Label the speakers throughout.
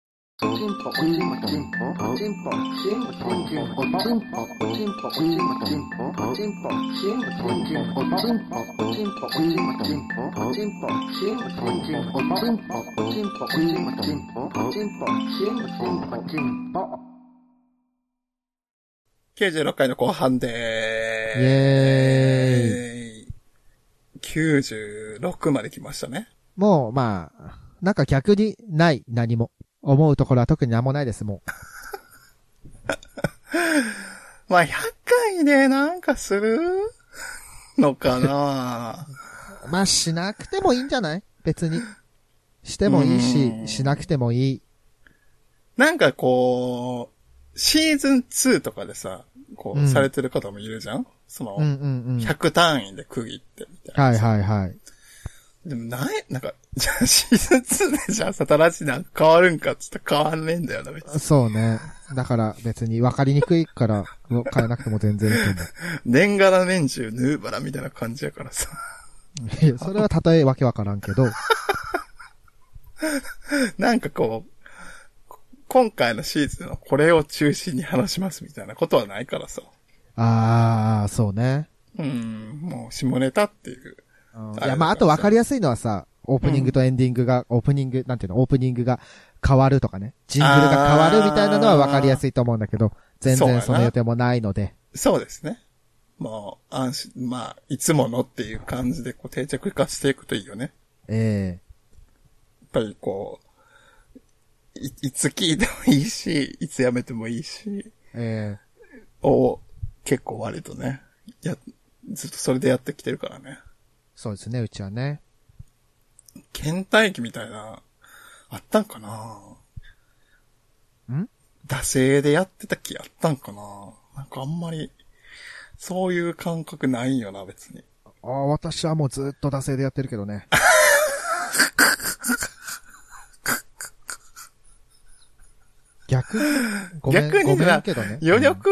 Speaker 1: チンポおチンポチンポおチンポチンポチンチンポチンポおチンポおチンポチンポおチンポチンポチンチンポチンポおチンポおチンポチンポおチンポチンポチンチンポチンポおチンポおチンポチンポおチンポチンポチンポチンポ
Speaker 2: 96回の後半で
Speaker 3: イエーイ。
Speaker 2: ーす。96まで来ましたね。
Speaker 3: もう、まあ、なんか逆にない、何も。思うところは特に何もないです、も
Speaker 2: まあ、100回でなんかするのかな
Speaker 3: う。まあ、しなくてもいいんじゃない別に。してもいい
Speaker 2: うん
Speaker 3: し、しなくてもいい。
Speaker 2: なんかこう、シーズン2とかでさ、こ
Speaker 3: う
Speaker 2: う、
Speaker 3: ん
Speaker 2: されてる方もいるじゃん、その、
Speaker 3: うんうんうん。
Speaker 2: 100単位で区切ってみたいな。
Speaker 3: はいはいはい。
Speaker 2: でもない、なんか、 じゃあシーズン2でじゃあサタラジなんか変わるんかっつったら変わんねえんだよな、別に。
Speaker 3: そうね。だから別に分かりにくいから、変えなくても全然いいと思
Speaker 2: 年がら年中ヌーバラみたいな感じやからさ。
Speaker 3: う。いやそれは例えわけわからんけど。
Speaker 2: なんかこう、今回のシーズンはこれを中心に話しますみたいなことはないからさ。
Speaker 3: あー、そうね。
Speaker 2: うん、もう下ネタっていう。
Speaker 3: うん
Speaker 2: あ
Speaker 3: い
Speaker 2: れ
Speaker 3: や、まあ、あと分かりやすいのはさ、オープニングとエンディングが、オープニング、なんていうの、オープニングが変わるとかね、ジングルが変わるみたいなのは分かりやすいと思うんだけど、全
Speaker 2: そうやな
Speaker 3: 然その予定もないので、
Speaker 2: そうですね。もう、安心、まあ、いつものっていう感じでこう定着化していくといいよね。
Speaker 3: え
Speaker 2: やっぱりこう、い、いつ聞いてもいいし、いつやめてもいいし、
Speaker 3: ええ
Speaker 2: を、結構割とね、や、ずっとそれでやってきてるからね。
Speaker 3: えそうですね、うちはね。
Speaker 2: 倦怠期みたいな、あったんかなん惰性でやってた気あったんかななんかあんまり、そういう感覚ないんよな、別に。
Speaker 3: ああ、私はもうずっと惰性でやってるけ どね。逆ごめん、
Speaker 2: 逆に
Speaker 3: ごめ
Speaker 2: なん
Speaker 3: けどね。
Speaker 2: 余力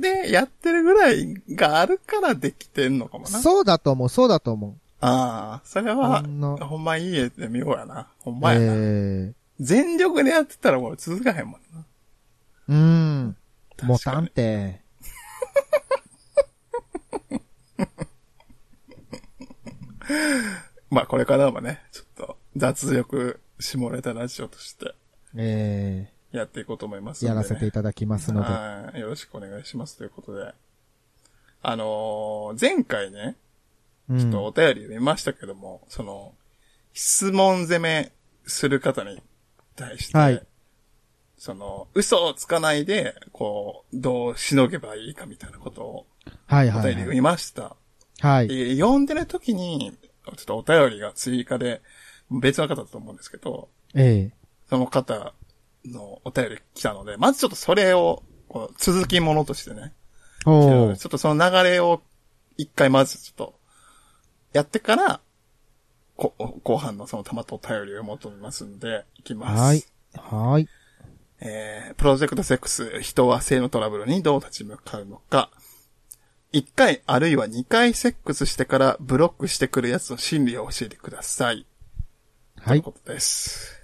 Speaker 2: でやってるぐらいがあるからできてんのかもな。
Speaker 3: そうだと思う、そうだと思
Speaker 2: ああ、それは、
Speaker 3: ほんの
Speaker 2: ほんまいい絵で見ようやな。ほん
Speaker 3: う。
Speaker 2: まやな。
Speaker 3: え
Speaker 2: 全力でやってたらもう続かへんもんな。
Speaker 3: えうん。も
Speaker 2: 確か
Speaker 3: た
Speaker 2: に
Speaker 3: んて。
Speaker 2: まあこれからもね、ちょっと脱力下ネタラジオとして
Speaker 3: え
Speaker 2: やっていこうと思います
Speaker 3: え
Speaker 2: んで
Speaker 3: や
Speaker 2: ね、
Speaker 3: らせていただきますので。
Speaker 2: はい。よろしくお願いしますということで。あのー前回ね、
Speaker 3: うん
Speaker 2: ちょっとお便り読みましたけども、その、質問攻めする方に対して、
Speaker 3: はい
Speaker 2: その、嘘をつかないで、こう、どうしのげばいいかみたいなことを
Speaker 3: はい
Speaker 2: お
Speaker 3: は
Speaker 2: 便り
Speaker 3: い、
Speaker 2: 読
Speaker 3: はい。
Speaker 2: みました。
Speaker 3: はい。
Speaker 2: えー読んでる時に、ちょっとお便りが追加で、別の方だと思うんですけど、
Speaker 3: ええ
Speaker 2: その方のお便り来たので、まずちょっとそれを、こう続きものとしてね、ち
Speaker 3: お
Speaker 2: ょ
Speaker 3: ー
Speaker 2: っとその流れを一回まずちょっと、やってから、こ後半のそのたまとお便りを求めますんで、いきます。
Speaker 3: はい。はい。
Speaker 2: えー、プロジェクトセックス、人は性のトラブルにどう立ち向かうのか。1回あるいは2回セックスしてからブロックしてくるやつの心理を教えてください。
Speaker 3: は
Speaker 2: という
Speaker 3: い。
Speaker 2: ことです。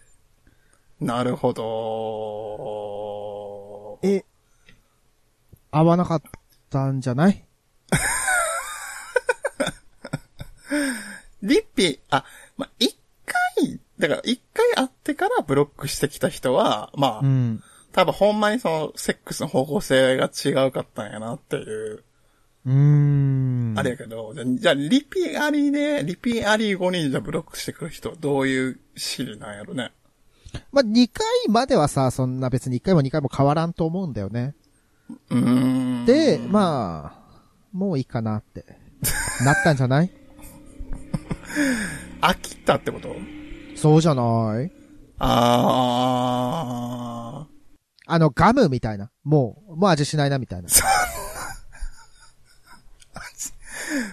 Speaker 2: なるほど。
Speaker 3: え、合わなかったんじゃない
Speaker 2: リッピー、あ、まあ、1回、だから1回会ってからブロックしてきた人は、まあ、
Speaker 3: うん。
Speaker 2: 多分ほんまにそのセックスの方向性が違うかったんやなっていう
Speaker 3: うーん。
Speaker 2: あれやけど、じゃあ、じゃあリピありで、リピあり後にじゃあブロックしてくる人はどういう心理なんやろね。
Speaker 3: まあ、2回まではさ、そんな別に1回も2回も変わらんと思うんだよね。
Speaker 2: うーん。
Speaker 3: で、まあ、もういいかなって。なったんじ ゃない
Speaker 2: 飽きたってこと
Speaker 3: そうじゃない
Speaker 2: あー。
Speaker 3: あの、ガムみたいな。もう、もう味しないなみたいな。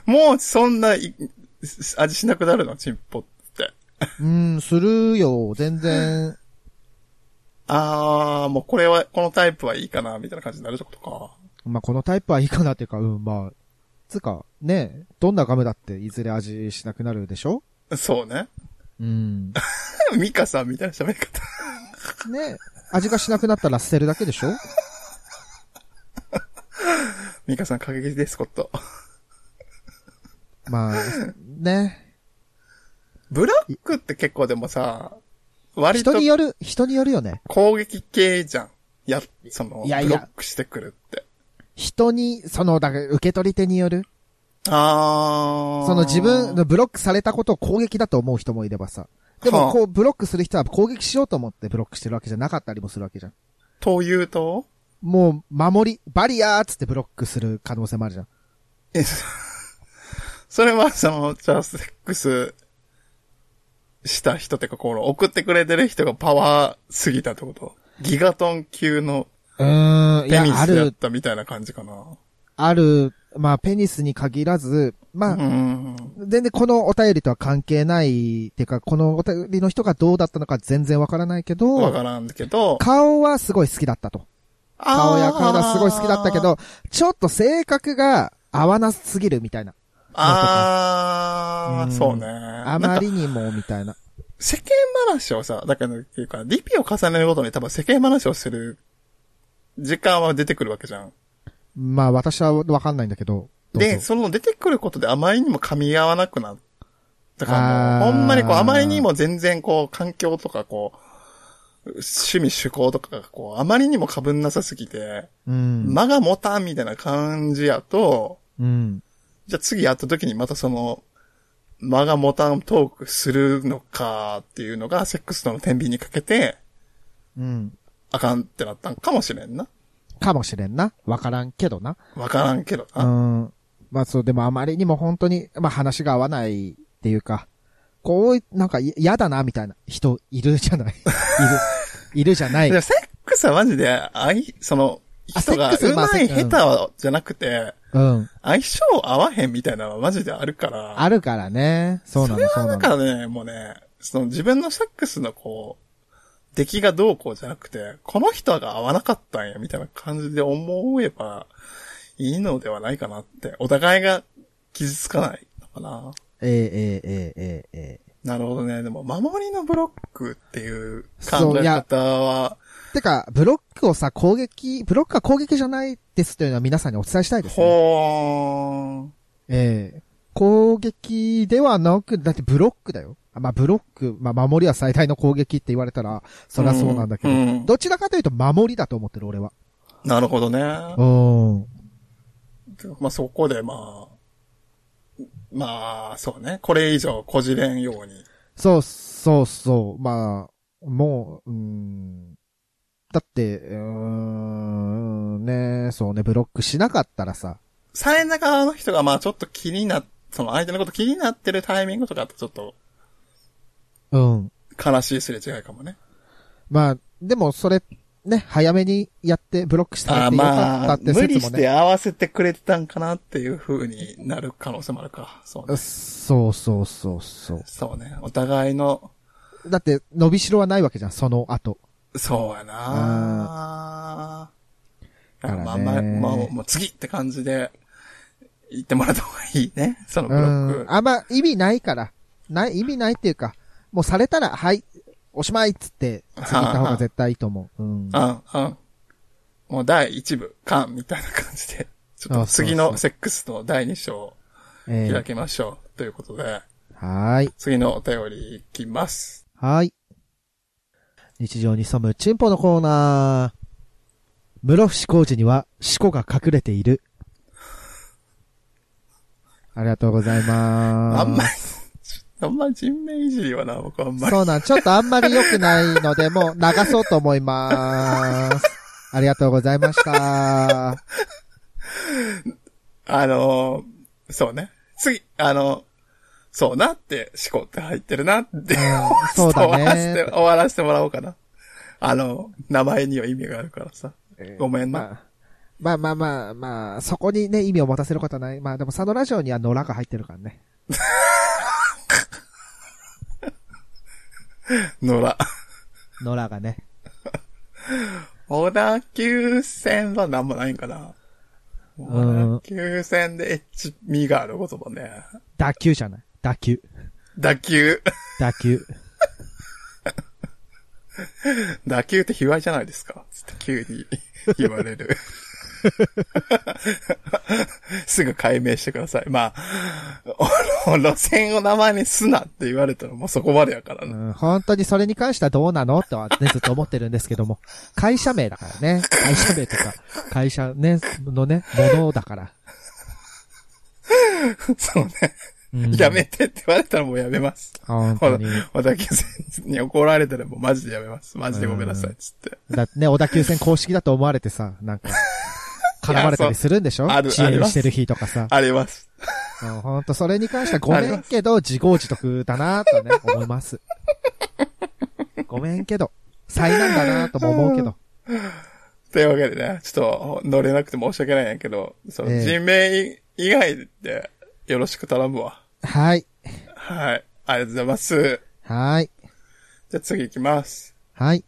Speaker 2: もうそんない、味しなくなるのチンポって。
Speaker 3: うん、するよ。全然。
Speaker 2: あー、もうこれは、このタイプはいいかな、みたいな感じになるってことか。
Speaker 3: まあ、このタイプはいいかなっていうか、うん、まあ、つうか、ね、どんなガムだっていずれ味しなくなるでしょ
Speaker 2: そうね。
Speaker 3: うん。ね、
Speaker 2: ミカさんみたいな喋り方。
Speaker 3: 味がしなくなったら捨てるだけでしょ
Speaker 2: ミカさん過激です、コット。
Speaker 3: まあ、ね。
Speaker 2: ブラックって結構でもさ、割
Speaker 3: 人
Speaker 2: と
Speaker 3: による、人によるよね。
Speaker 2: 攻撃系じゃん。や、その、
Speaker 3: いやいや
Speaker 2: ブロックしてくるって。
Speaker 3: 人に、その、だから受け取り手による。
Speaker 2: あー。
Speaker 3: その自分のブロックされたことを攻撃だと思う人もいればさ。で
Speaker 2: は
Speaker 3: も、
Speaker 2: あ
Speaker 3: こう、ブロックする人は攻撃しようと思ってブロックしてるわけじゃなかったりもするわけじゃん。
Speaker 2: というと
Speaker 3: もう、守り、バリアーっつってブロックする可能性もあるじゃん。
Speaker 2: え、 そそれは、その、じゃあ、セックスした人ってか、この、送ってくれてる人がパワーすぎたってことギガトン級の
Speaker 3: うーん、い
Speaker 2: ペ
Speaker 3: や
Speaker 2: ニ、
Speaker 3: あ
Speaker 2: スだっ
Speaker 3: る、
Speaker 2: たみたいな感じかな。
Speaker 3: ある、まあ、ペニスに限らず、まあ、
Speaker 2: うん。
Speaker 3: 全然このお便りとは関係ない、っていうか、このお便りの人がどうだったのか全然わからないけ
Speaker 2: わ
Speaker 3: ど、
Speaker 2: からんけど。
Speaker 3: 顔はすごい好きだったと。顔や体すごい好きだったけど、ちょっと性格が合わなすぎるみたいな。
Speaker 2: あー。あ
Speaker 3: う
Speaker 2: ー、
Speaker 3: ん
Speaker 2: そうね。
Speaker 3: あ
Speaker 2: なん
Speaker 3: ま
Speaker 2: か
Speaker 3: りにも、みたいな。
Speaker 2: 世間話をさ、だから、っていうか、リピを重ねるごとに多分世間話をする時間は出てくるわけじゃん。
Speaker 3: まあ、私はわかんないんだけど。どうぞ
Speaker 2: で、その出てくることであまりにも噛み合わなくなったからも
Speaker 3: あ
Speaker 2: う、
Speaker 3: ー
Speaker 2: ほんまにこう、あまりにも全然こう、環境とかこう、趣味趣向とかがこう、あまりにも被んなさすぎて、
Speaker 3: うん。
Speaker 2: 間が持たんみたいな感じやと、
Speaker 3: うん。
Speaker 2: じゃあ次やった時にまたその、間が持たんトークするのかっていうのが、セックスとの天秤にかけて、
Speaker 3: うん。
Speaker 2: あかんってなったんかもしれんな。
Speaker 3: かもしれんな。わからんけどな。
Speaker 2: わからんけど
Speaker 3: う
Speaker 2: な。
Speaker 3: ん。まあ、そう、でもあまりにも本当に、まあ、話が合わないっていうか、こう、なんかい嫌だな、みたいな人いるじ ゃない。いる。いるじゃない
Speaker 2: で。セックスはマジで、あい、その、
Speaker 3: あ
Speaker 2: 人が
Speaker 3: セックスはまあ
Speaker 2: 上手い
Speaker 3: セック
Speaker 2: 下手じゃなくて、
Speaker 3: うん。
Speaker 2: 相性合わへんみたいなのはマジであるから。
Speaker 3: あるからね。そうな
Speaker 2: それ
Speaker 3: の、
Speaker 2: は
Speaker 3: そうな
Speaker 2: だ
Speaker 3: の。
Speaker 2: からね、もうね、その自分のセックスのこう、出来がどうこうじゃなくて、この人が合わなかったんや、みたいな感じで思えば、いいのではないかなって。お互いが傷つかないのかな。
Speaker 3: ええええええええ
Speaker 2: なるほどね。でも、守りのブロックっていう考え方は、
Speaker 3: てか、ブロックをさ、攻撃、ブロックは攻撃じゃないですというのは皆さんにお伝えしたいですね。
Speaker 2: ほーん。
Speaker 3: ええ攻撃ではなく、だってブロックだよ。あまあ、ブロック、まあ、守りは最大の攻撃って言われたら、そりゃそうなんだけど、
Speaker 2: うんうん
Speaker 3: どちらかというと守りだと思ってる、俺は。
Speaker 2: なるほどね。
Speaker 3: うん。
Speaker 2: まあ、そこで、まあ、まあ、そうね。これ以上こじれんように。
Speaker 3: そう、そう、そう。まあ、もう、うーん。だって、うーん、ねそうね、ブロックしなかったらさ、
Speaker 2: さえな側の人が、まあ、ちょっと気にな、その相手のこと気になってるタイミングとかだとちょっと
Speaker 3: うん。
Speaker 2: 悲しいすれ違いかもね。
Speaker 3: まあ、でも、それ、ね、早めにやって、ブロックしたら
Speaker 2: あ
Speaker 3: っ
Speaker 2: あ、
Speaker 3: てよかった
Speaker 2: ま
Speaker 3: っ
Speaker 2: あ、
Speaker 3: て
Speaker 2: 無
Speaker 3: 説
Speaker 2: 理
Speaker 3: も
Speaker 2: して
Speaker 3: ね。
Speaker 2: 合わせてくれてたんかなっていう風になる可能性もあるか。そうね。
Speaker 3: そうそうそうそ
Speaker 2: そうね。お互いの、
Speaker 3: う。だって、伸びしろはないわけじゃん、その後。
Speaker 2: そうやな
Speaker 3: うん
Speaker 2: だからまあ
Speaker 3: だ
Speaker 2: ま
Speaker 3: か
Speaker 2: あ、
Speaker 3: らね
Speaker 2: もうもう次って感じで、言ってもらった方がいいね。 そのブ
Speaker 3: う
Speaker 2: ロック。
Speaker 3: ん。あんま意味ないから。ない、意味ないっていうか、もうされたら、はい、おしまいっつって、次行った方が絶対いいと思う。うん。
Speaker 2: うん、うん。もう第一部、完みたいな感じで、ちょっと
Speaker 3: あそうそう
Speaker 2: 次のセックスの第二章を
Speaker 3: え
Speaker 2: 開きましょう。ということで、
Speaker 3: ーはーい。
Speaker 2: 次のお便りいきます。
Speaker 3: はい。日常に潜むチンポのコーナー。室伏工事には、四股が隠れている。ありがとうございます。
Speaker 2: あんまり、 あんまり人名いじりはな、僕はあんまり。
Speaker 3: そうなん、ちょっとあんまり良くないので、もう流そうと思います。ありがとうございました。
Speaker 2: あのー、そうね。次、あの、そうなって、思考って入ってるなって、
Speaker 3: そうだね
Speaker 2: 終わらせて、終わらせてもらおうかな。あの、名前には意味があるからさ。ごめんな。
Speaker 3: まあまあまあまあ、まあ、そこにね、意味を持たせることはない。まあでも、佐野ラジオには野良が入ってるからね。
Speaker 2: 野良。
Speaker 3: 野良がね。
Speaker 2: 小田急線はなんもないんかな。
Speaker 3: うん
Speaker 2: 小田急線でエッチ味がある言葉ね。
Speaker 3: 打球じゃない。打球。
Speaker 2: 打球。
Speaker 3: 打球。
Speaker 2: 打球って卑猥じゃないですかつって急に言われる。 すぐ解明してください。まあ、あの路線を名前にすなって言われたらもうそこまでやから
Speaker 3: う
Speaker 2: な。
Speaker 3: ん、本当にそれに関してはどうなのとはね、ずっと思ってるんですけども。会社名だからね。会社名とか、会社ね、のね、ものだから。
Speaker 2: そうね。
Speaker 3: うん
Speaker 2: やめてって言われたらもうやめます。
Speaker 3: 本
Speaker 2: ほ
Speaker 3: 当
Speaker 2: ら
Speaker 3: に。、
Speaker 2: 小田急線に怒られたらもうマジでやめます。マジでごめんなさい。つって。
Speaker 3: だってね、小田急線公式だと思われてさ、なんか、絡まれたりするんでしょ
Speaker 2: いやそうある
Speaker 3: 遅
Speaker 2: あり
Speaker 3: 延
Speaker 2: ます
Speaker 3: してる日とかさ。
Speaker 2: あります。
Speaker 3: うんほんと、それに関してはごめんけど、自業自得だなとね、思います。ごめんけど、災難だなとも思うけど。
Speaker 2: というわけでね、ちょっと乗れなくて申し訳ないんやけど、その
Speaker 3: ええ
Speaker 2: 人名以外でよろしく頼むわ。
Speaker 3: はい。
Speaker 2: はい。ありがとうございます。
Speaker 3: はい。
Speaker 2: じゃあ次行きます。
Speaker 3: はい。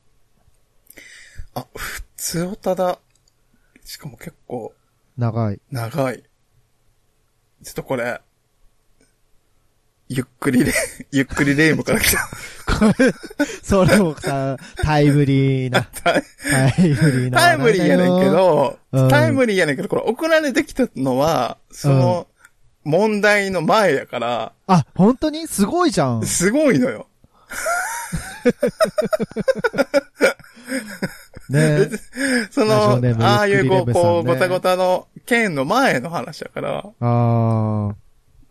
Speaker 2: あ、普通おただ。しかも結構
Speaker 3: 長い。
Speaker 2: 長い。ちょっとこれ、ゆっくりレ、 ゆっくりレイムから来た。
Speaker 3: それもさ、タイムリ ーな、タイムリーな。
Speaker 2: タイムリーやねんけ。ど、
Speaker 3: うん
Speaker 2: タイムリーやねんけど、これ送られてきたのは、その、問題の前やから、
Speaker 3: あ、本当にすごいじゃん。
Speaker 2: すごいのよ。
Speaker 3: ね
Speaker 2: そ
Speaker 3: ラジオ
Speaker 2: の
Speaker 3: ネー、ム
Speaker 2: ああい
Speaker 3: ゆっ
Speaker 2: う
Speaker 3: くりレ
Speaker 2: こ
Speaker 3: ム
Speaker 2: う、
Speaker 3: さ
Speaker 2: こう、ごた
Speaker 3: んね
Speaker 2: ごたの件の前の話やから、
Speaker 3: あー。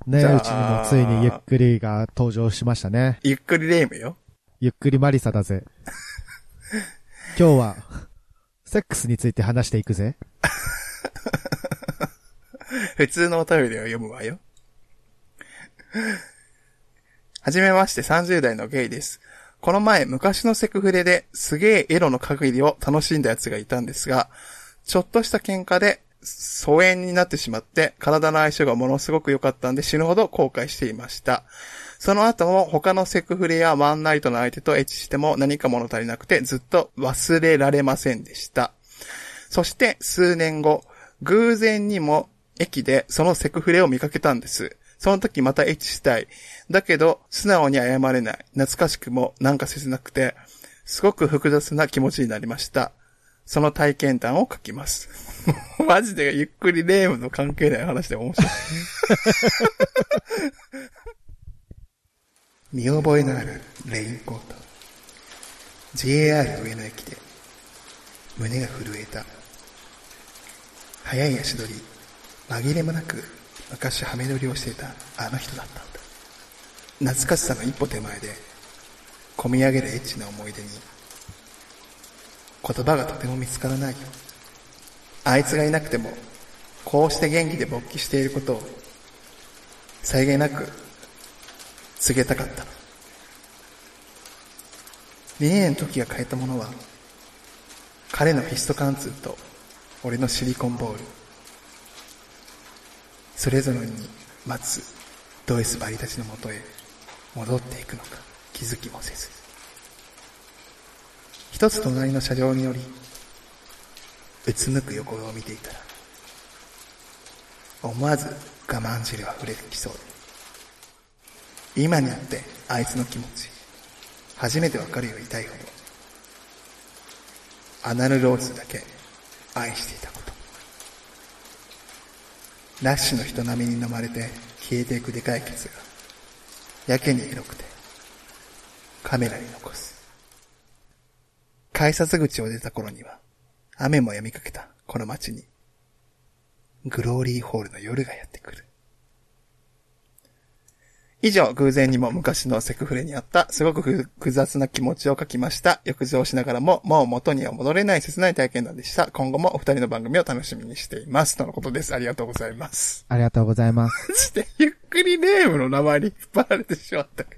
Speaker 3: ね
Speaker 2: じゃあ
Speaker 3: うちにもついにゆっくりが登場しましたね。
Speaker 2: ゆっくりレイムよ。
Speaker 3: ゆっくりマリサだ ぜ。今日は、セックスについて話していくぜ。
Speaker 2: 普通のお便りを読むわよ。はじめまして30代のゲイです。この前昔のセクフレですげえエロの限りを楽しんだ奴がいたんですが、ちょっとした喧嘩で疎遠になってしまって体の相性がものすごく良かったんで死ぬほど後悔していました。その後も他のセクフレやワンナイトの相手とエッチしても何か物足りなくてずっと忘れられませんでした。そして数年後、偶然にも駅でそのセクフレを見かけたんです。その時またエッチしたい。だけど、素直に謝れない。懐かしくもなんか切なくて、すごく複雑な気持ちになりました。その体験談を書きます。 マジでゆっくりレームの関係ない話で面白い。見覚えのあるレインコート。JR 上野駅で胸が震えた。早い足取り、紛れもなく昔ハメ撮りをしていたあの人だったんだ。懐かしさの一歩手前で、込み上げるエッチな思い出に、言葉がとても見つからないよ。あいつがいなくても、こうして元気で勃起していることを、さりげなく、告げたかったの。2年の時が変えたものは、彼のフィスト貫通と俺のシリコンボールそれぞれに待つド S バリたちのもとへ戻っていくのか気づきもせず一つ隣の車両に乗りうつむく横を見ていたら思わず我慢汁が溢れてきそうで今になってあいつの気持ち初めてわかるよ痛いほどアナルローズだけ愛していたこと。ラッシュの人並みに飲まれて消えていくでかいケツが、やけにエロくて、カメラに残す。改札口を出た頃には、雨も止みかけたこの街に、グローリーホールの夜がやってくる。以上、偶然にも昔のセクフレにあった、すごくふ複雑な気持ちを書きました。浴場しながらも、もう元には戻れない切ない体験談でした。今後もお二人の番組を楽しみにしています。とのことです。ありがとうござい ます。
Speaker 3: ありがとうございます。
Speaker 2: マジで、ゆっくりネームの名前に引っ張られてしまったか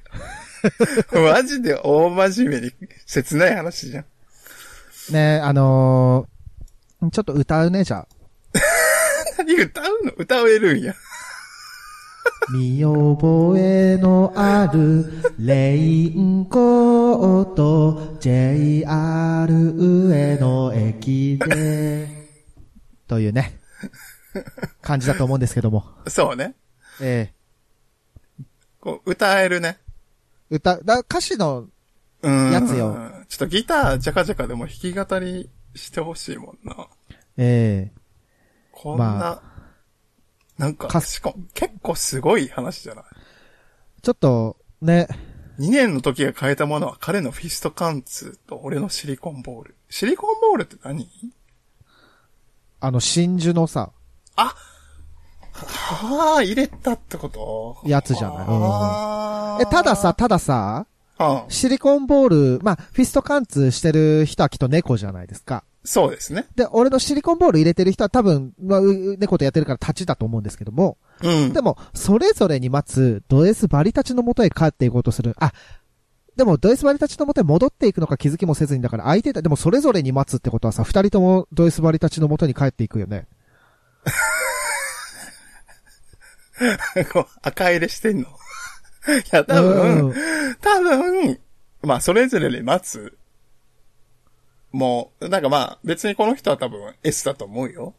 Speaker 2: ら。 マジで大真面目に切ない話じゃん。
Speaker 3: ねあのー、ちょっと歌うね、じゃあ。
Speaker 2: 何歌うの歌えるんや。
Speaker 3: 見覚えのあるレインコート JR 上野駅でというね、感じだと思うんですけども。
Speaker 2: そうね。
Speaker 3: え
Speaker 2: こう歌えるね。
Speaker 3: え歌、だ、歌詞の
Speaker 2: うん。
Speaker 3: やつ
Speaker 2: う
Speaker 3: よ
Speaker 2: んちょっとギタージャカジャカでも弾き語りしてほしいもんな。
Speaker 3: ええ
Speaker 2: こんな、
Speaker 3: ま
Speaker 2: なんか、
Speaker 3: か
Speaker 2: しかも結構すごい話じゃない
Speaker 3: ちょっと、ね、
Speaker 2: 2年の時が変えたものは彼のフィスト貫通と俺のシリコンボール。シリコンボールって何
Speaker 3: あの、真珠のさ、
Speaker 2: はあ、入れたってこと
Speaker 3: やつじゃない
Speaker 2: あー
Speaker 3: え、たださ、、たださ、
Speaker 2: うん、
Speaker 3: シリコンボール、まあ、フィスト貫通してる人はきっと猫じゃないですか。
Speaker 2: そうですね。
Speaker 3: で、俺のシリコンボール入れてる人は多分、まあ、うう猫とやってるから立ちだと思うんですけども、
Speaker 2: うん。
Speaker 3: でも、それぞれに待つ、ド S バリたちの元へ帰っていこうとする。あ、でも、ド S バリたちの元へ戻っていくのか気づきもせずに、だから相手だ、でもそれぞれに待つってことはさ、二人ともド S バリたちの元に帰っていくよね。
Speaker 2: こう赤入れしてんの。い や、多分、
Speaker 3: うん
Speaker 2: 多分、まあ、それぞれで待つ。もう、なんかまあ、別にこの人は多分 S だと思うよ。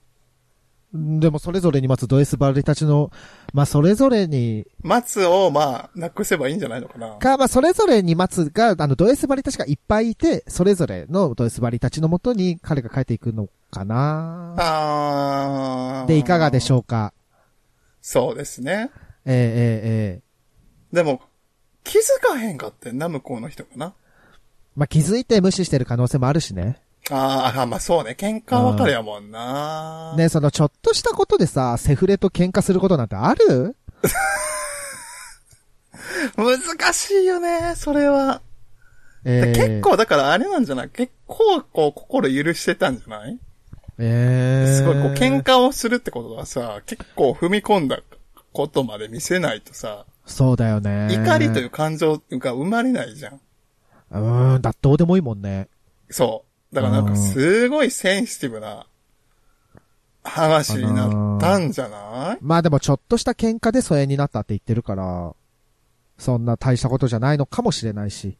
Speaker 3: でも、それぞれに待つド S バリたちの、まあ、それぞれに、
Speaker 2: 待つを、まあ、なくせばいいんじゃないのかな。
Speaker 3: か、まあ、それぞれに待つが、あの、ド S バリたちがいっぱいいて、それぞれのド S バリたちの元に彼が帰っていくのかな
Speaker 2: あー
Speaker 3: で、いかがでしょうか
Speaker 2: そうですね。
Speaker 3: ええええええ
Speaker 2: でも、気づかへんかってんな、向こうの人かな。
Speaker 3: まあ、気づいて無視してる可能性もあるしね。
Speaker 2: あーあ、まあそうね。喧嘩別れやもんな。
Speaker 3: ね、そのちょっとしたことでさ、セフレと喧嘩することなんてある
Speaker 2: 難しいよね、それは。
Speaker 3: えー
Speaker 2: 結。構、だからあれなんじゃない結構、こう、心許してたんじゃない
Speaker 3: えー、
Speaker 2: すごい、こう、喧。嘩をするってことはさ、結構踏み込んだことまで見せないとさ、
Speaker 3: そうだよね。
Speaker 2: 怒りという。感情が生まれないじゃん。
Speaker 3: うーん、だってどうでもいいもんね。
Speaker 2: そう。だからなんか、すごいセンシティブな話になったんじゃない
Speaker 3: まあでもちょっとした喧嘩で疎遠になったって言ってるから、そんな大したことじゃないのかもしれないし。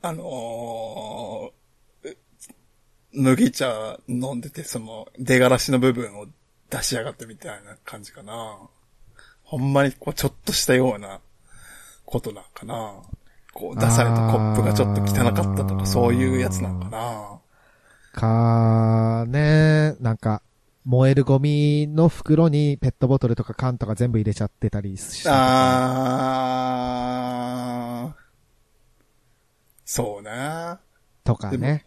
Speaker 2: あのーう麦茶飲んでて、その、出がらしの部分を出しやがってみたいな感じかな。ほんまに、こう、ちょっとしたようなことなんかな。こう、出されたコップがちょっと汚かったと
Speaker 3: あー
Speaker 2: か、そういうやつなんかな。
Speaker 3: かー、ねなんか、燃えるゴミの袋にペットボトルとか缶とか全部入れちゃってたりして。
Speaker 2: あー。そうな。
Speaker 3: とかね。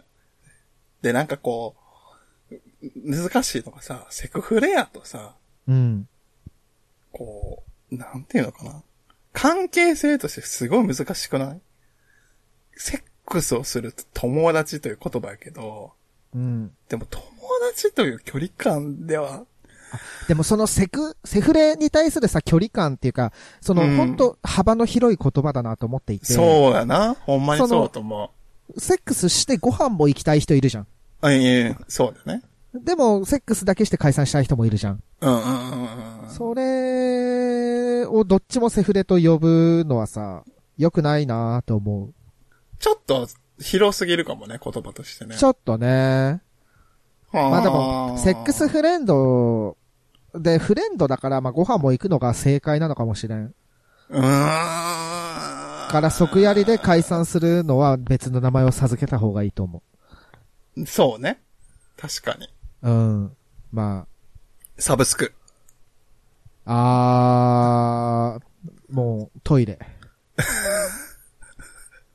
Speaker 2: で、なんかこう、難しいのがさ、セクフレやとさ、
Speaker 3: うん。
Speaker 2: こう、なんていうのかな。関係性としてすごい難しくないセックスをすると友達という言葉やけど、
Speaker 3: うん。
Speaker 2: でも友達という距離感では、
Speaker 3: でもそのセク、セフレに対するさ、距離感っていうか、その、
Speaker 2: うん
Speaker 3: ほんと幅の広い言葉だなと思っていて。
Speaker 2: そうやな。ほんまに
Speaker 3: そ
Speaker 2: そ
Speaker 3: の
Speaker 2: うだと思
Speaker 3: セックスしてご飯も行きたい人いるじゃん。
Speaker 2: う。あいえいえ、そうだね。
Speaker 3: でも、セックスだけして解散したい人もいるじゃん。
Speaker 2: うんうんうんうん。
Speaker 3: それをどっちもセフレと呼ぶのはさ、良くないなと思う。
Speaker 2: ちょっと広すぎるかもね、言葉としてね。
Speaker 3: ちょっとね。ま
Speaker 2: ま
Speaker 3: あでも、セックスフレンドで、フレンドだから、まあご飯も行くのが正解なのかもしれん。
Speaker 2: うーん。
Speaker 3: から即やりで解散するのは別の名前を授けた方がいいと思
Speaker 2: そうね。確かに。
Speaker 3: う。うん。ま
Speaker 2: サブスク。
Speaker 3: あ、あー、もう、トイレ。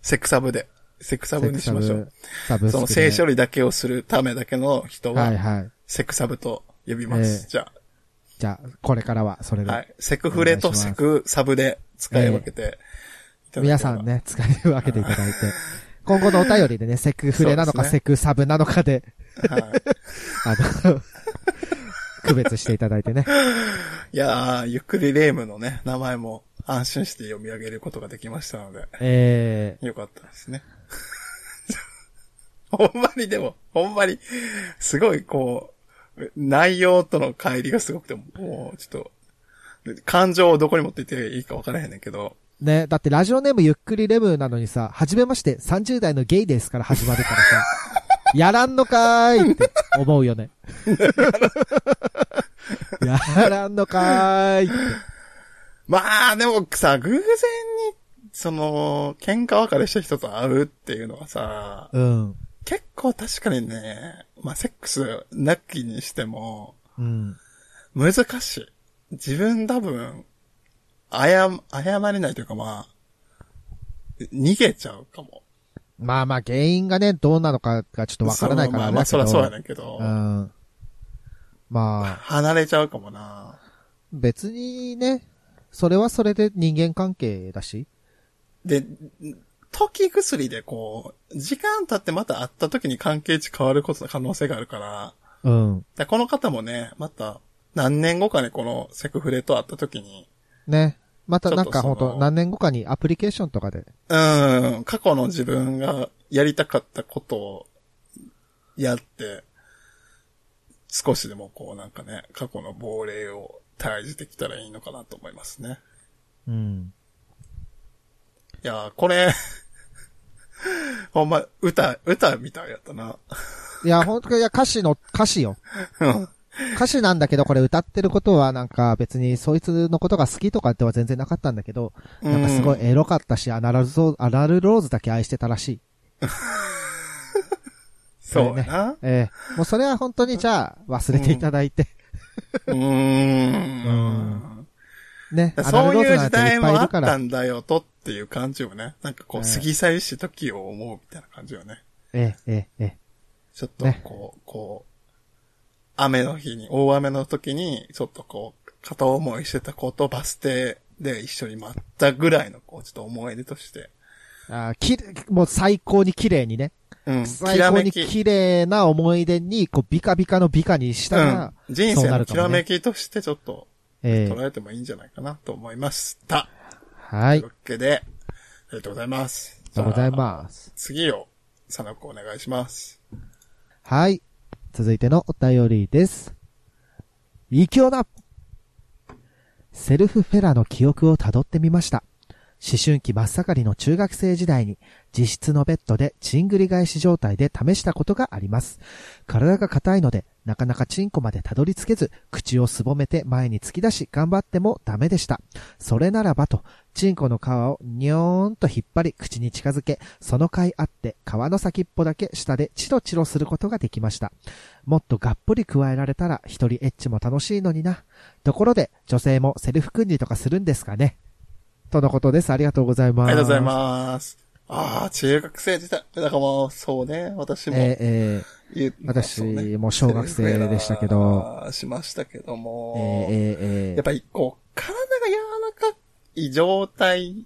Speaker 2: セクサブで。セクサブにしましょう。
Speaker 3: サブスクで。
Speaker 2: その性処理だけをするためだけの人
Speaker 3: はい
Speaker 2: は、
Speaker 3: はい。
Speaker 2: セクサブと呼びます。
Speaker 3: ええ
Speaker 2: じゃ
Speaker 3: じゃあ、これからは、それで。
Speaker 2: あ、はい。セクフレとセクサブで使い分けて、いただければ
Speaker 3: 皆さん。ね、使い分けていた だいて。今後のお便りでね、セクフレなのか、
Speaker 2: そうですね
Speaker 3: セクサブなのかで、
Speaker 2: はい。
Speaker 3: あの、 区別していただいてね。
Speaker 2: いやー、ゆっくりレームのね、名前も安心して読み上げることができましたので、
Speaker 3: え
Speaker 2: よかったですね。 ほんまにでも、ほんまに、すごいこう、内容との乖離がすごくて、もうちょっと、感情をどこに持っていっていいか分からへんねんけど、
Speaker 3: ー、ね、だってラジオネームゆっくりレムなのにさ、はじめまして、30代のゲイですから始まるからさ、 やらんのかーいって思うよ ね。やらんのかーいって。
Speaker 2: まあ、でもさ、偶然にその、喧嘩別れした人と会うっていうのはさ、
Speaker 3: うん。
Speaker 2: 結構確かにね、まあ、セックスなきにしても、
Speaker 3: うん。
Speaker 2: 難しい。自分多分、あや、謝れないというかまあ、逃げちゃうかも。
Speaker 3: まあまあ原因がね、どうなのかがちょっとわからないから
Speaker 2: そうま
Speaker 3: あれ
Speaker 2: あま
Speaker 3: だ
Speaker 2: あ、
Speaker 3: けど
Speaker 2: そらそうやねんけど、
Speaker 3: うん。まあ、
Speaker 2: 離れちゃうかもな。
Speaker 3: 別にね、それはそれで人間関係だし。
Speaker 2: で、時薬でこう、時間経ってまた会った時に関係値変わることの可能性があるから、
Speaker 3: うん。
Speaker 2: でこの方もね、また何年後かにこのセクフレと会った時に、
Speaker 3: ね。また
Speaker 2: ちょ
Speaker 3: なん
Speaker 2: っと
Speaker 3: か
Speaker 2: その
Speaker 3: ほんと何年後かにアプリケーションとかで。
Speaker 2: うーん、過去の自分がやりたかったことをやって、少しでもこうなんかね、過去の亡霊を退治できたらいいのかなと思いますね。
Speaker 3: うん。
Speaker 2: いやー、これ、 ほんま、歌、歌みたいやったな。
Speaker 3: いや、ほんと、いや、歌詞の、歌詞よ。
Speaker 2: うん
Speaker 3: 歌詞なんだけど、これ歌ってることはなんか別にそいつのことが好きとかでは全然なかったんだけど、なんかすごいエロかったし、アナルゾアナルローズだけ愛してたらしい。
Speaker 2: そうやな。
Speaker 3: ええもうそれは本当にじゃあ忘れていただいて、
Speaker 2: うーん。
Speaker 3: ね、アナ
Speaker 2: そ
Speaker 3: ル
Speaker 2: う
Speaker 3: ロー
Speaker 2: い
Speaker 3: ズ
Speaker 2: う
Speaker 3: なん
Speaker 2: 時
Speaker 3: てい
Speaker 2: 代
Speaker 3: っ
Speaker 2: も
Speaker 3: ぱいい
Speaker 2: あ
Speaker 3: る
Speaker 2: った
Speaker 3: から。
Speaker 2: んだよとっていう感じをね、なんかこう、
Speaker 3: ええ
Speaker 2: 過ぎ去りし時を思うみたいな感じよね。
Speaker 3: ええ、ええ、ええ。
Speaker 2: ちょっと
Speaker 3: ね
Speaker 2: こう、こう、雨の日に、大雨の時に、ちょっとこう、片思いしてた子とバス停で一緒に待ったぐらいの、こう、ちょっと思い出として。
Speaker 3: あーきもう最高に綺麗にね。
Speaker 2: うん、き
Speaker 3: 最
Speaker 2: ら
Speaker 3: 高
Speaker 2: め
Speaker 3: に
Speaker 2: き。
Speaker 3: 綺麗な思い出に、こう、ビカビカのビカにした
Speaker 2: う
Speaker 3: ら
Speaker 2: ん、、人
Speaker 3: そう
Speaker 2: 生
Speaker 3: な
Speaker 2: の
Speaker 3: るか
Speaker 2: き
Speaker 3: も
Speaker 2: らめ
Speaker 3: ね。
Speaker 2: きとしてちょっと
Speaker 3: ええ
Speaker 2: 捉えてもいいんじゃないかなと思いました。
Speaker 3: は
Speaker 2: と
Speaker 3: い。あ
Speaker 2: いう
Speaker 3: り
Speaker 2: わけで、ありがとうございます。
Speaker 3: がとうござい
Speaker 2: す。
Speaker 3: ます。
Speaker 2: 次を、佐野くんお願いします。
Speaker 3: はい。続いてのお便りです。異教だセルフフェラの記憶をたどってみました。思春期真っ盛りの中学生時代に、自室のベッドでチンぐり返し状態で試したことがあります。体が硬いので、なかなかチンコまでたどり着けず、口をすぼめて前に突き出し頑張ってもダメでした。それならばと、チンコの皮をにょーんと引っ張り口に近づけ、その甲斐あって皮の先っぽだけ下でチロチロすることができました。もっとがっぽり加えられたら一人エッチも楽しいのにな。ところで、女性もセルフ訓離とかするんですかねとのことです。ありがとうございます。
Speaker 2: ありがとうございます。ああ、中学生時代。だからもう、そうね、私も。
Speaker 3: えーえ
Speaker 2: 言う
Speaker 3: ー私
Speaker 2: そうね
Speaker 3: も小学生でしたけど、
Speaker 2: しましたけど
Speaker 3: え
Speaker 2: も
Speaker 3: ー、えーえー
Speaker 2: やっぱりこう、体が柔らかい状態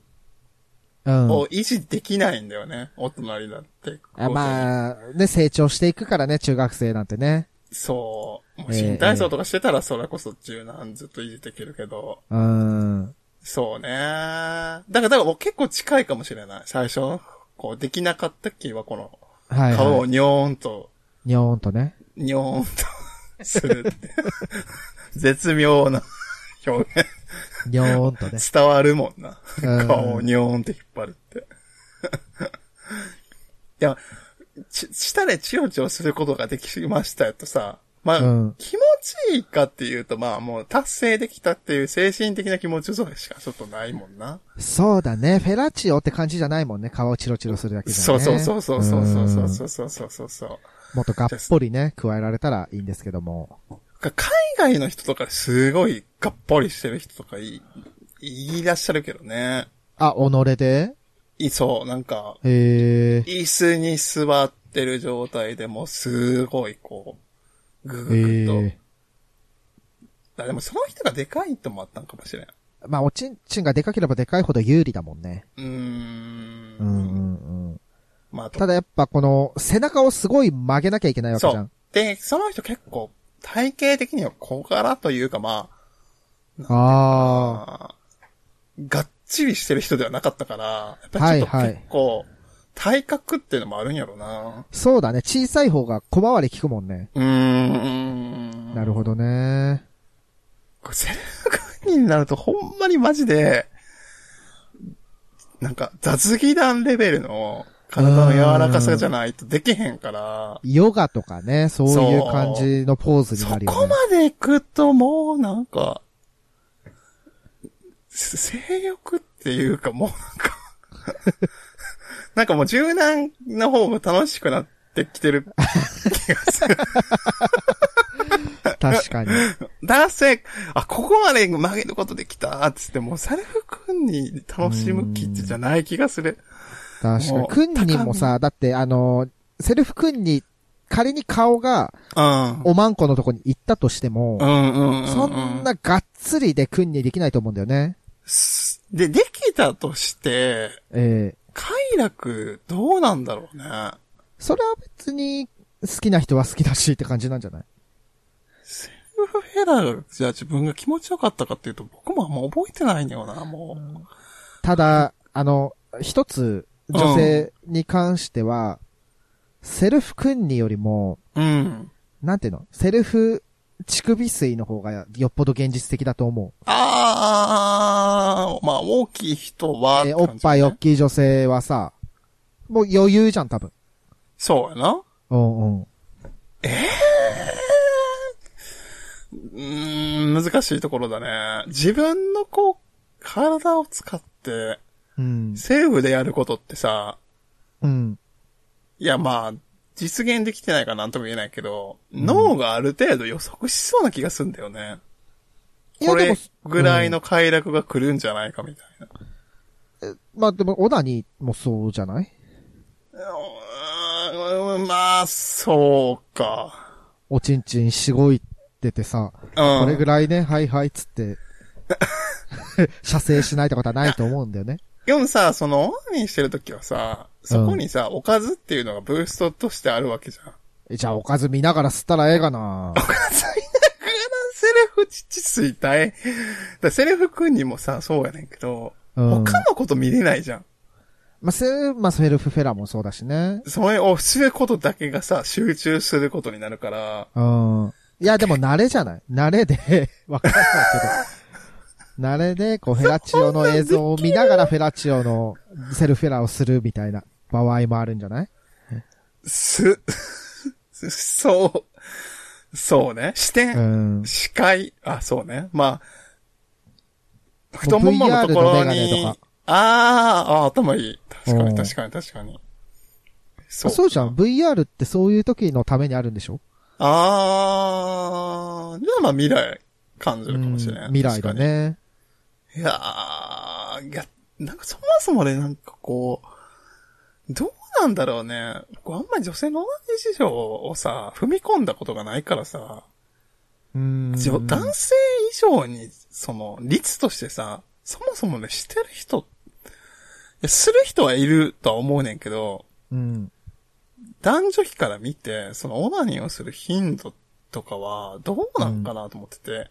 Speaker 3: うん
Speaker 2: を維持できないんだよね。大人になって。
Speaker 3: あ
Speaker 2: あ。
Speaker 3: まあ、ね、成長していくからね、中学生なんてね。
Speaker 2: そう。もう
Speaker 3: ええ
Speaker 2: 新体操とかしてたらそれこそ柔軟ずっと維持できるけど。
Speaker 3: うん。
Speaker 2: そうね。だから、だからもう結構近いかもしれない。最初、こう、できなかった時はこの、
Speaker 3: はい、
Speaker 2: 顔
Speaker 3: は
Speaker 2: をにょーんと、
Speaker 3: い。にょーんとね。
Speaker 2: にょーんと するって。絶妙な表現。
Speaker 3: にょーんとね。
Speaker 2: 伝わるもんな。
Speaker 3: うん
Speaker 2: 顔をにょーんって引っ張るって。い や、ち、したでチヨチヨすることができましたとさ、まあ、
Speaker 3: うん
Speaker 2: 気持ちいいかっていうと、まあもう達成できたっていう精神的な気持ちよさしかちょっとないもんな。
Speaker 3: そうだね。フェラチオって感じじゃないもんね。顔をチロチロするだけじゃ
Speaker 2: そ
Speaker 3: ね。
Speaker 2: うそうそうそうそうそうそうそううそうそうそう。
Speaker 3: んもっとがっぽりね、加えられたらいいんですけども。
Speaker 2: 海外の人とかすごいがっぽりしてる人とかい、いらっしゃるけどね。
Speaker 3: あ、己で
Speaker 2: いそう、なんか、
Speaker 3: へえ。
Speaker 2: 椅子に座ってる状態でもうすごいこう、ぐぐぐっと。
Speaker 3: へえ。
Speaker 2: あでもその人がでかいともあったんかもしれん。
Speaker 3: まあ、おちんちんがでかければでかいほど有利だもんね。
Speaker 2: うーん。
Speaker 3: うんうんうん。
Speaker 2: まあ、
Speaker 3: ただやっぱこの、背中をすごい曲げなきゃいけないわけ
Speaker 2: そ
Speaker 3: じゃん
Speaker 2: う。。で、その人結構、体型的には小柄というかまあ、
Speaker 3: ああ。
Speaker 2: あーがっちりしてる人ではなかったから、やっぱりちょっと
Speaker 3: はいはい
Speaker 2: 結構、体格っていうのもあるんやろな。
Speaker 3: そうだね。小さい方が小回り効くもんね。
Speaker 2: うーん。
Speaker 3: なるほどね。
Speaker 2: これセルフ管理になるとほんまにマジで、なんか雑技団レベルの体の柔らかさじゃないとできへんから、
Speaker 3: ヨガとかね、そういう感じのポーズ
Speaker 2: そ
Speaker 3: になる
Speaker 2: こ
Speaker 3: よね。
Speaker 2: まで行くともうなんか、性欲っていうかもうなんか、 なんかもう柔軟の方が楽しくなってきてる気がする。
Speaker 3: 確かに。
Speaker 2: 男性、あ、ここまで曲げることできた、つって、もうサルフ君に楽しむ気じゃない気がする。
Speaker 3: 確か
Speaker 2: も
Speaker 3: に。
Speaker 2: う
Speaker 3: くんにもさ、だってあの、セルフくんに、仮に顔が、
Speaker 2: うん。
Speaker 3: おまんこのとこに行ったとしても
Speaker 2: う、んうんうん。
Speaker 3: そん。ながっつりでくんにできないと思うんだよね。
Speaker 2: で、できたとして、
Speaker 3: ええ
Speaker 2: 快楽、どうなんだろうね。
Speaker 3: それは別に、好きな人は好きだしって感じなんじゃない
Speaker 2: セルフヘラが、じゃあ自分が気持ちよかったかっていうと、僕もあんま覚えてないんだよな、も
Speaker 3: ただ、あの、一つ、女性に関しては、セルフくんによりも、
Speaker 2: う。うん。
Speaker 3: なんていうのセルフ乳首水の方がよっぽど現実的だと思う。
Speaker 2: あー、まあ、大きい人は、
Speaker 3: えーおっぱい大
Speaker 2: よ。
Speaker 3: きい女性はさ、もう余裕じゃん、多分。
Speaker 2: そうやな。
Speaker 3: うんうん。
Speaker 2: うーん、難しいところだね。自分のこう、体を使って、
Speaker 3: うん。
Speaker 2: セーフでやることってさ、
Speaker 3: うん。
Speaker 2: いやまあ、実現できてないからなんとも言えないけど、脳がある程度予測しそうな気がすんだよね。
Speaker 3: い
Speaker 2: こ
Speaker 3: や、で
Speaker 2: れ
Speaker 3: も、
Speaker 2: ぐらいの快楽が来るんじゃないかみたいな。
Speaker 3: まあでも、オナニーもそうじゃないう
Speaker 2: ーん、まあ、そうか。
Speaker 3: おちんちんしごいててさ、
Speaker 2: うん。
Speaker 3: これぐらいね、はいはいっつって、 射精しないってことはないと思うんだよね。
Speaker 2: でもさ、その、オナニーしてるときはさ、そこにさ、おかずっていうのがブーストとしてあるわけじゃん。
Speaker 3: えじゃあ、おかず見ながら吸ったらええがな
Speaker 2: おかずいながらセルフ父吸いたい。だからセルフ君にもさ、そうやねんけど、
Speaker 3: うん。
Speaker 2: 他のこと見れないじゃん。
Speaker 3: まあ、セまあ、セルフフェラもそうだしね。
Speaker 2: それをすることだけがさ、集中することになるから、
Speaker 3: うん。いや、でも慣れじゃない慣れで、 わかんないけど。慣れで、こう、フェラチオの映像を見ながらフェラチオのセルフェラをするみたいな場合もあるんじゃない
Speaker 2: す、 そう、そうね。視
Speaker 3: う
Speaker 2: 点、
Speaker 3: ん。
Speaker 2: 視界、あ、そうね。まあ、
Speaker 3: う
Speaker 2: 太もものところ
Speaker 3: VR のメガネ
Speaker 2: に、
Speaker 3: とか
Speaker 2: あーあ、頭いい。確か
Speaker 3: うん
Speaker 2: に確かに確かに。そ
Speaker 3: そうじゃん。VR ってそういう時のためにあるんでしょ
Speaker 2: あー、じゃあまあ未来感じるかもしれない。
Speaker 3: うん未来だね。
Speaker 2: 確かに。いやー、いや、なんかそもそもね、なんかこう、どうなんだろうね。僕あんまり女性の同じ事情をさ、踏み込んだことがないからさ、
Speaker 3: うん。
Speaker 2: じょ男性以上に、その、率としてさ、そもそもね、してる人、いやする人はいるとは思うねんけど、
Speaker 3: うん。
Speaker 2: 男女比から見て、そのオナニーをする頻度とかは、どうなんかなと思ってて、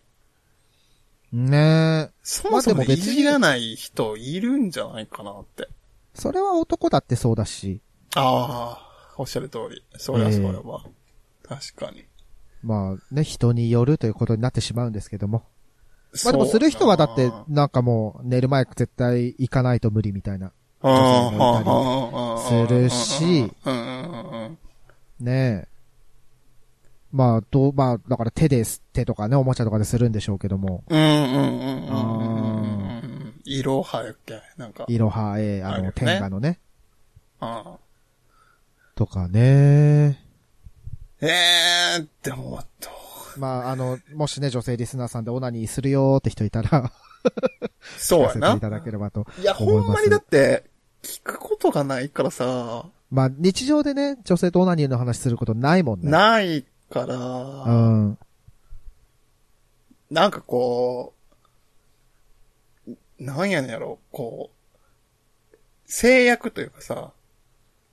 Speaker 3: ねえ。
Speaker 2: そもそ
Speaker 3: ま
Speaker 2: も
Speaker 3: あでも
Speaker 2: い
Speaker 3: 別に
Speaker 2: じらない人いるんじゃないかなって。
Speaker 3: それは男だってそうだし。
Speaker 2: ああ、おっしゃる通り。そりゃそうやわ。確かに。
Speaker 3: まあね、人によるということになってしまうんですけども。ま
Speaker 2: そう
Speaker 3: あでもする人はだって
Speaker 2: あ、
Speaker 3: なんかもう寝る前絶対行かないと無理みたいな。
Speaker 2: あ
Speaker 3: 女性がいたり
Speaker 2: ああ
Speaker 3: するし
Speaker 2: うんうんうんうん
Speaker 3: ねえ。まあ、どう、まあ、だから手です、手とかね、おもちゃとかでするんでしょうけども。
Speaker 2: うんうんうんうんうんうん。色はやっけなんか。
Speaker 3: いろは、ええ
Speaker 2: あ
Speaker 3: あ
Speaker 2: るよ
Speaker 3: の、
Speaker 2: ね
Speaker 3: 天下のね。
Speaker 2: あ
Speaker 3: とかね。
Speaker 2: ーえー、でも、ど
Speaker 3: まあ、あの、もしね、女性リスナーさんでオナニーするよーって人いたら、
Speaker 2: うそう
Speaker 3: 聞か
Speaker 2: や
Speaker 3: せ
Speaker 2: な
Speaker 3: てい。ただければと。
Speaker 2: いや、
Speaker 3: 思
Speaker 2: ほ
Speaker 3: います
Speaker 2: んまにだって、聞くことがないからさ、
Speaker 3: まあ、日常でね、女性とオナニーの話することないもんね。
Speaker 2: ないか
Speaker 3: う
Speaker 2: ら、
Speaker 3: ん。
Speaker 2: なんかこう、なんやねんやろ、こう、制約というかさ、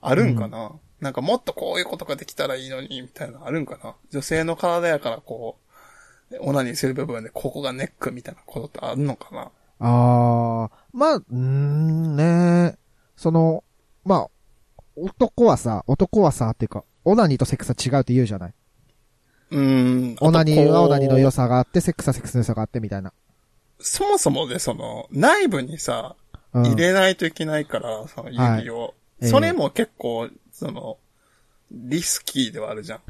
Speaker 2: あるんかな、なんかもっとこういうことができたらいいのに、みたいなのあるんかな女性の体やからこう、オナニーする部分でここがネックみたいなことってあるのかな
Speaker 3: ああ、まあ、うーんね。その、まあ、男はさ、男はさ、っていうか、オナニーとセックスは違うって言うじゃない。
Speaker 2: うーん。
Speaker 3: オナニーはオナニーの良
Speaker 2: さ。
Speaker 3: さがあって、セックスはセックスの良さがあって、みたいな。
Speaker 2: そもそもで、その、内部にさ、
Speaker 3: うん、
Speaker 2: 入れないといけないから、その指を。
Speaker 3: ええ
Speaker 2: それも結構、その、リスキーではあるじゃん。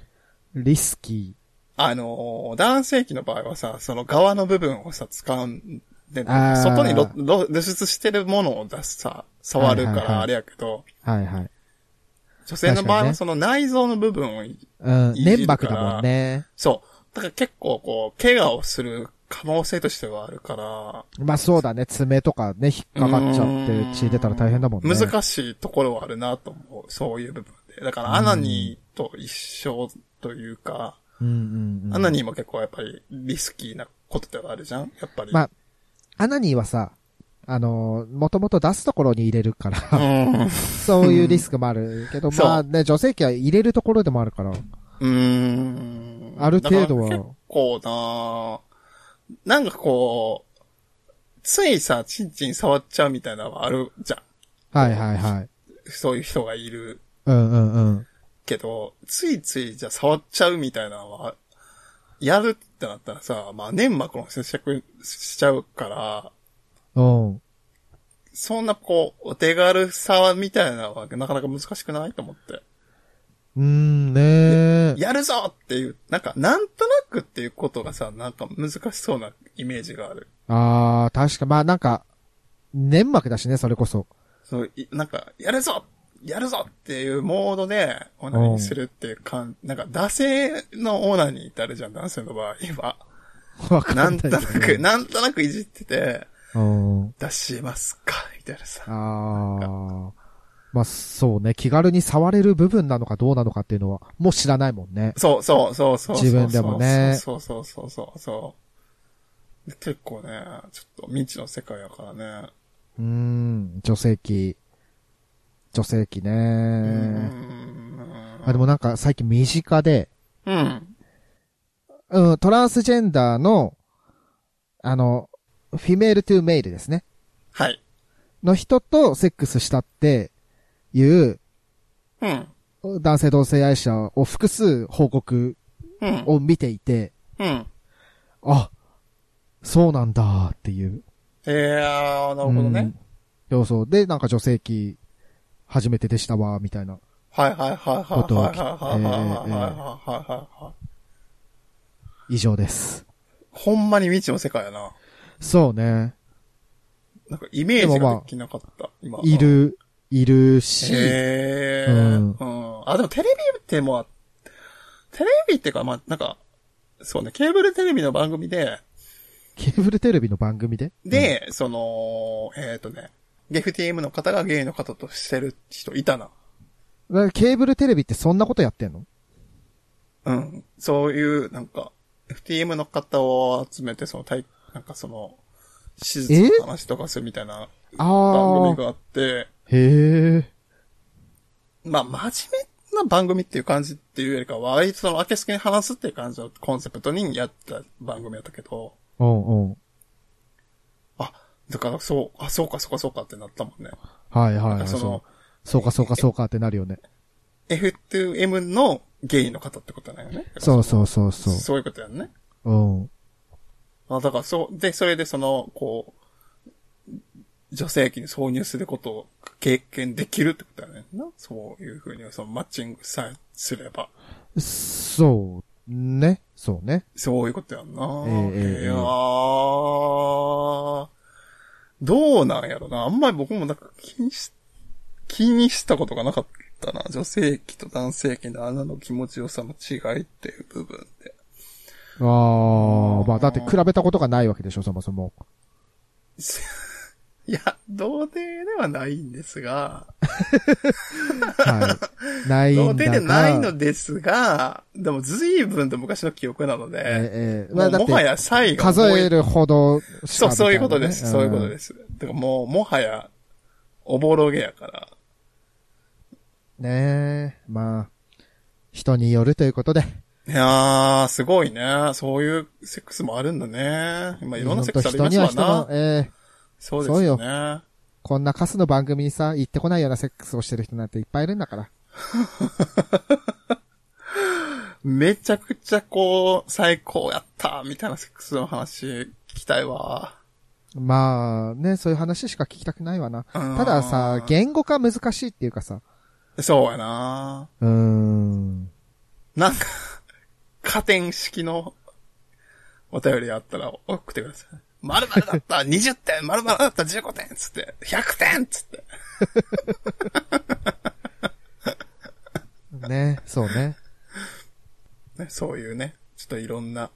Speaker 3: リスキ
Speaker 2: あのー、男性器の場合はさ、その側の部分をさ、使うんで、
Speaker 3: あー
Speaker 2: 外にろろ露出してるものを出すさ、触るか
Speaker 3: はいはいはい
Speaker 2: らあれやけど、
Speaker 3: はいはい。
Speaker 2: 女性の場合
Speaker 3: 確かに
Speaker 2: は
Speaker 3: ね
Speaker 2: その内臓の部分をい、
Speaker 3: うん、
Speaker 2: いじるから
Speaker 3: 粘膜だもんね。
Speaker 2: そう。だから結構こう、怪我をする可能性としてはあるから、
Speaker 3: まあそうだね、爪とかね、引っかかっちゃって血出たら大変だもんね。
Speaker 2: 難しいところはあるなと思う。そういう部分で。だから、アナニーと一緒というか、
Speaker 3: うんうんうん。
Speaker 2: アナニーも結構やっぱりリスキーなことではあるじゃんやっぱり。
Speaker 3: まあ、アナニーはさ、あのー、もともと出すところに入れるから、
Speaker 2: うん。う
Speaker 3: そういうリスクもあるけど、
Speaker 2: そう
Speaker 3: まあね、女性器は入れるところでもあるから。
Speaker 2: ーん。
Speaker 3: ある程度は
Speaker 2: だから結構ななんかこう、ついさ、チンチン触っちゃうみたいなのはあるじゃん。
Speaker 3: はいはいはい。
Speaker 2: そういう人がいる
Speaker 3: うんうんうん。
Speaker 2: けど、ついついじゃあ触っちゃうみたいなのは、やるってなったらさ、まあ粘膜の接触しちゃうから、
Speaker 3: うん。
Speaker 2: そんなこう、お手軽さみたいなのはなかなか難しくないと思って。
Speaker 3: うーんね
Speaker 2: やるぞっていう、なんか、なんとなくっていうことがさ、なんか難しそうなイメージがある。
Speaker 3: ああ、確か、まあなんか、粘膜だしね、それこそ。
Speaker 2: そう、いなんか、やるぞやるぞっていうモードで、オナニーするっていう感、なんか、惰性のオナニーってあるじゃん、男性の場合は。
Speaker 3: わかんな
Speaker 2: ないんとなく、なんとなくいじってて、
Speaker 3: うん。
Speaker 2: 出しますかみたいなさ。
Speaker 3: ああ。まあそうね、気軽に触れる部分なのかどうなのかっていうのは、もう知らないもんね。
Speaker 2: そうそうそうそうそう。
Speaker 3: 自分でもね
Speaker 2: そうそうそうそうそう。結構ね、ちょっと未知の世界やからね。
Speaker 3: うーん、女性器。女性器
Speaker 2: う
Speaker 3: ね。
Speaker 2: ん。
Speaker 3: あ、でもなんか最近身近で、
Speaker 2: うん。
Speaker 3: うん、トランスジェンダーの、あの、フィメールトゥーメイルですね。
Speaker 2: はい。
Speaker 3: の人とセックスしたっていう
Speaker 2: うん。
Speaker 3: 男性同性愛者を複数報告
Speaker 2: うん。
Speaker 3: を見ていて、
Speaker 2: うん。
Speaker 3: あ、そうなんだっていう。
Speaker 2: えー、あーなるほどね。
Speaker 3: うん。そうそう。で、なんか女性器、初めてでしたわ、みたいな。
Speaker 2: はいはいはいはいはい
Speaker 3: ことを
Speaker 2: は
Speaker 3: 聞
Speaker 2: い
Speaker 3: き
Speaker 2: はいはいはいはいはいはい。
Speaker 3: 以上です。
Speaker 2: ほんまに未知の世界やな。
Speaker 3: そうね。
Speaker 2: なんかイメージ
Speaker 3: でもま
Speaker 2: が
Speaker 3: あ
Speaker 2: できなかった。今。
Speaker 3: い。る、いるし、
Speaker 2: へえ
Speaker 3: うん
Speaker 2: ー。うん。あ、でもテレビってもう、テレビっていうか、まあ、なんか、そうね、ケーブルテレビの番組で、
Speaker 3: ケーブルテレビの番組で
Speaker 2: で、その、えっ、とね、ゲフ TM の方がゲイの方としてる人いたな。
Speaker 3: だからケーブルテレビってそんなことやってんの
Speaker 2: うん。そういう、なんか、FTM の方を集めて、その、たいなんかその、手術の話とかするみたいな番
Speaker 3: あ
Speaker 2: 組
Speaker 3: あ。
Speaker 2: があって、
Speaker 3: へえ。
Speaker 2: まあ、真面目な番組っていう感じっていうよりかは、割とその、明けすけに話すっていう感じのコンセプトにやった番組だったけど、
Speaker 3: うんうん。
Speaker 2: あ、だからそう、あ、そうかそうかそうかってなったもんね。
Speaker 3: はい
Speaker 2: ない
Speaker 3: は
Speaker 2: ん
Speaker 3: は
Speaker 2: か
Speaker 3: い。
Speaker 2: その
Speaker 3: そう、そうかそうかそうかってなるよね。
Speaker 2: F2M のゲイの方ってことだよね。
Speaker 3: そうそうそうそ
Speaker 2: そういうことやんね。
Speaker 3: う。うん。
Speaker 2: あ、だからそう、で、それでその、こう、女性器に挿入することを経験できるってことだよね。なそういうふうに、そのマッチングさえすれば。
Speaker 3: そう、ね。そうね。
Speaker 2: そういうことやんな。
Speaker 3: ええええ
Speaker 2: いやーどうなんやろな。あんまり僕もなんか気にし、気にしたことがなかったな。女性器と男性器の穴の気持ちよさの違いっていう部分で。
Speaker 3: ああ、まあだって比べたことがないわけでしょ、そもそも。
Speaker 2: いや、童貞ではないんですが、
Speaker 3: はい。ないんだ
Speaker 2: 童
Speaker 3: が
Speaker 2: 貞で ないのですが、でも随分と昔の記憶なので、
Speaker 3: ええええ
Speaker 2: も
Speaker 3: まあ
Speaker 2: う
Speaker 3: だっ
Speaker 2: もは
Speaker 3: て、
Speaker 2: や最後
Speaker 3: 数えるほどしか
Speaker 2: そう、そういうこと
Speaker 3: み
Speaker 2: で
Speaker 3: たな。
Speaker 2: す。そういうことですす。てかもう、もはや、おぼろげやから。
Speaker 3: うんねえ、まあ、人によるということで。
Speaker 2: いやー、すごいね。そういうセックスもあるんだね。今いろんなセックスあり
Speaker 3: 人
Speaker 2: ま
Speaker 3: に
Speaker 2: す
Speaker 3: は
Speaker 2: わ
Speaker 3: 人
Speaker 2: な、。
Speaker 3: のええ
Speaker 2: そうですよね。
Speaker 3: こんなカスの番組にさ、行ってこないようなセックスをしてる人なんていっぱいいるんだから。
Speaker 2: めちゃくちゃこう、最高やった、みたいなセックスの話聞きたいわ。
Speaker 3: まあね、そういう話しか聞きたくないわな。
Speaker 2: うん
Speaker 3: たださ、言語化難しいっていうかさ。
Speaker 2: そうやな
Speaker 3: うーん。
Speaker 2: なん か、加点式のお便りあったら送ってください。 〇〇だった、20点、〇〇だった、15点、つって、100点、つって。
Speaker 3: ね、そうね。
Speaker 2: ね、そういうね、ちょっといろんな、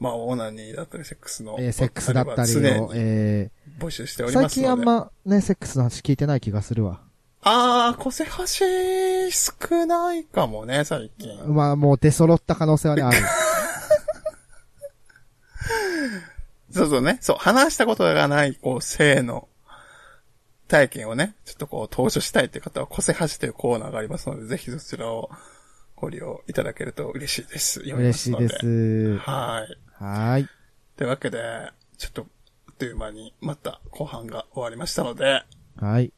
Speaker 2: まあ、オーナニーだったり、セックスの。
Speaker 3: えーセックスだったり
Speaker 2: 常に
Speaker 3: を、え
Speaker 2: 募集してお
Speaker 3: ー、
Speaker 2: ります
Speaker 3: 最
Speaker 2: ので。
Speaker 3: 近あんまね、セックスの話聞いてない気がするわ。
Speaker 2: あー、個性橋少ないかもね、最近。
Speaker 3: まあもう出揃った可能性はね、ある。
Speaker 2: そうそうね。そう、話したことがない、こう、性の体験をね、ちょっとこう、投書したいっていう方は、個性橋というコーナーがありますので、ぜひそちらをご利用いただけると嬉しいです。読みま
Speaker 3: 嬉
Speaker 2: す
Speaker 3: しい
Speaker 2: ので
Speaker 3: です。
Speaker 2: はい。
Speaker 3: はーい。
Speaker 2: というわけで、ちょっと、あっという間に、また後半が終わりましたので、
Speaker 3: はい。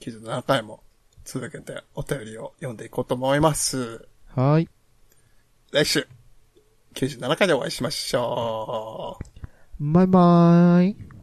Speaker 2: 97回も続けてお便りを読んでいこうと思います。
Speaker 3: はーい。
Speaker 2: 来週、97回でお会いしましょう。
Speaker 3: バイバーイ。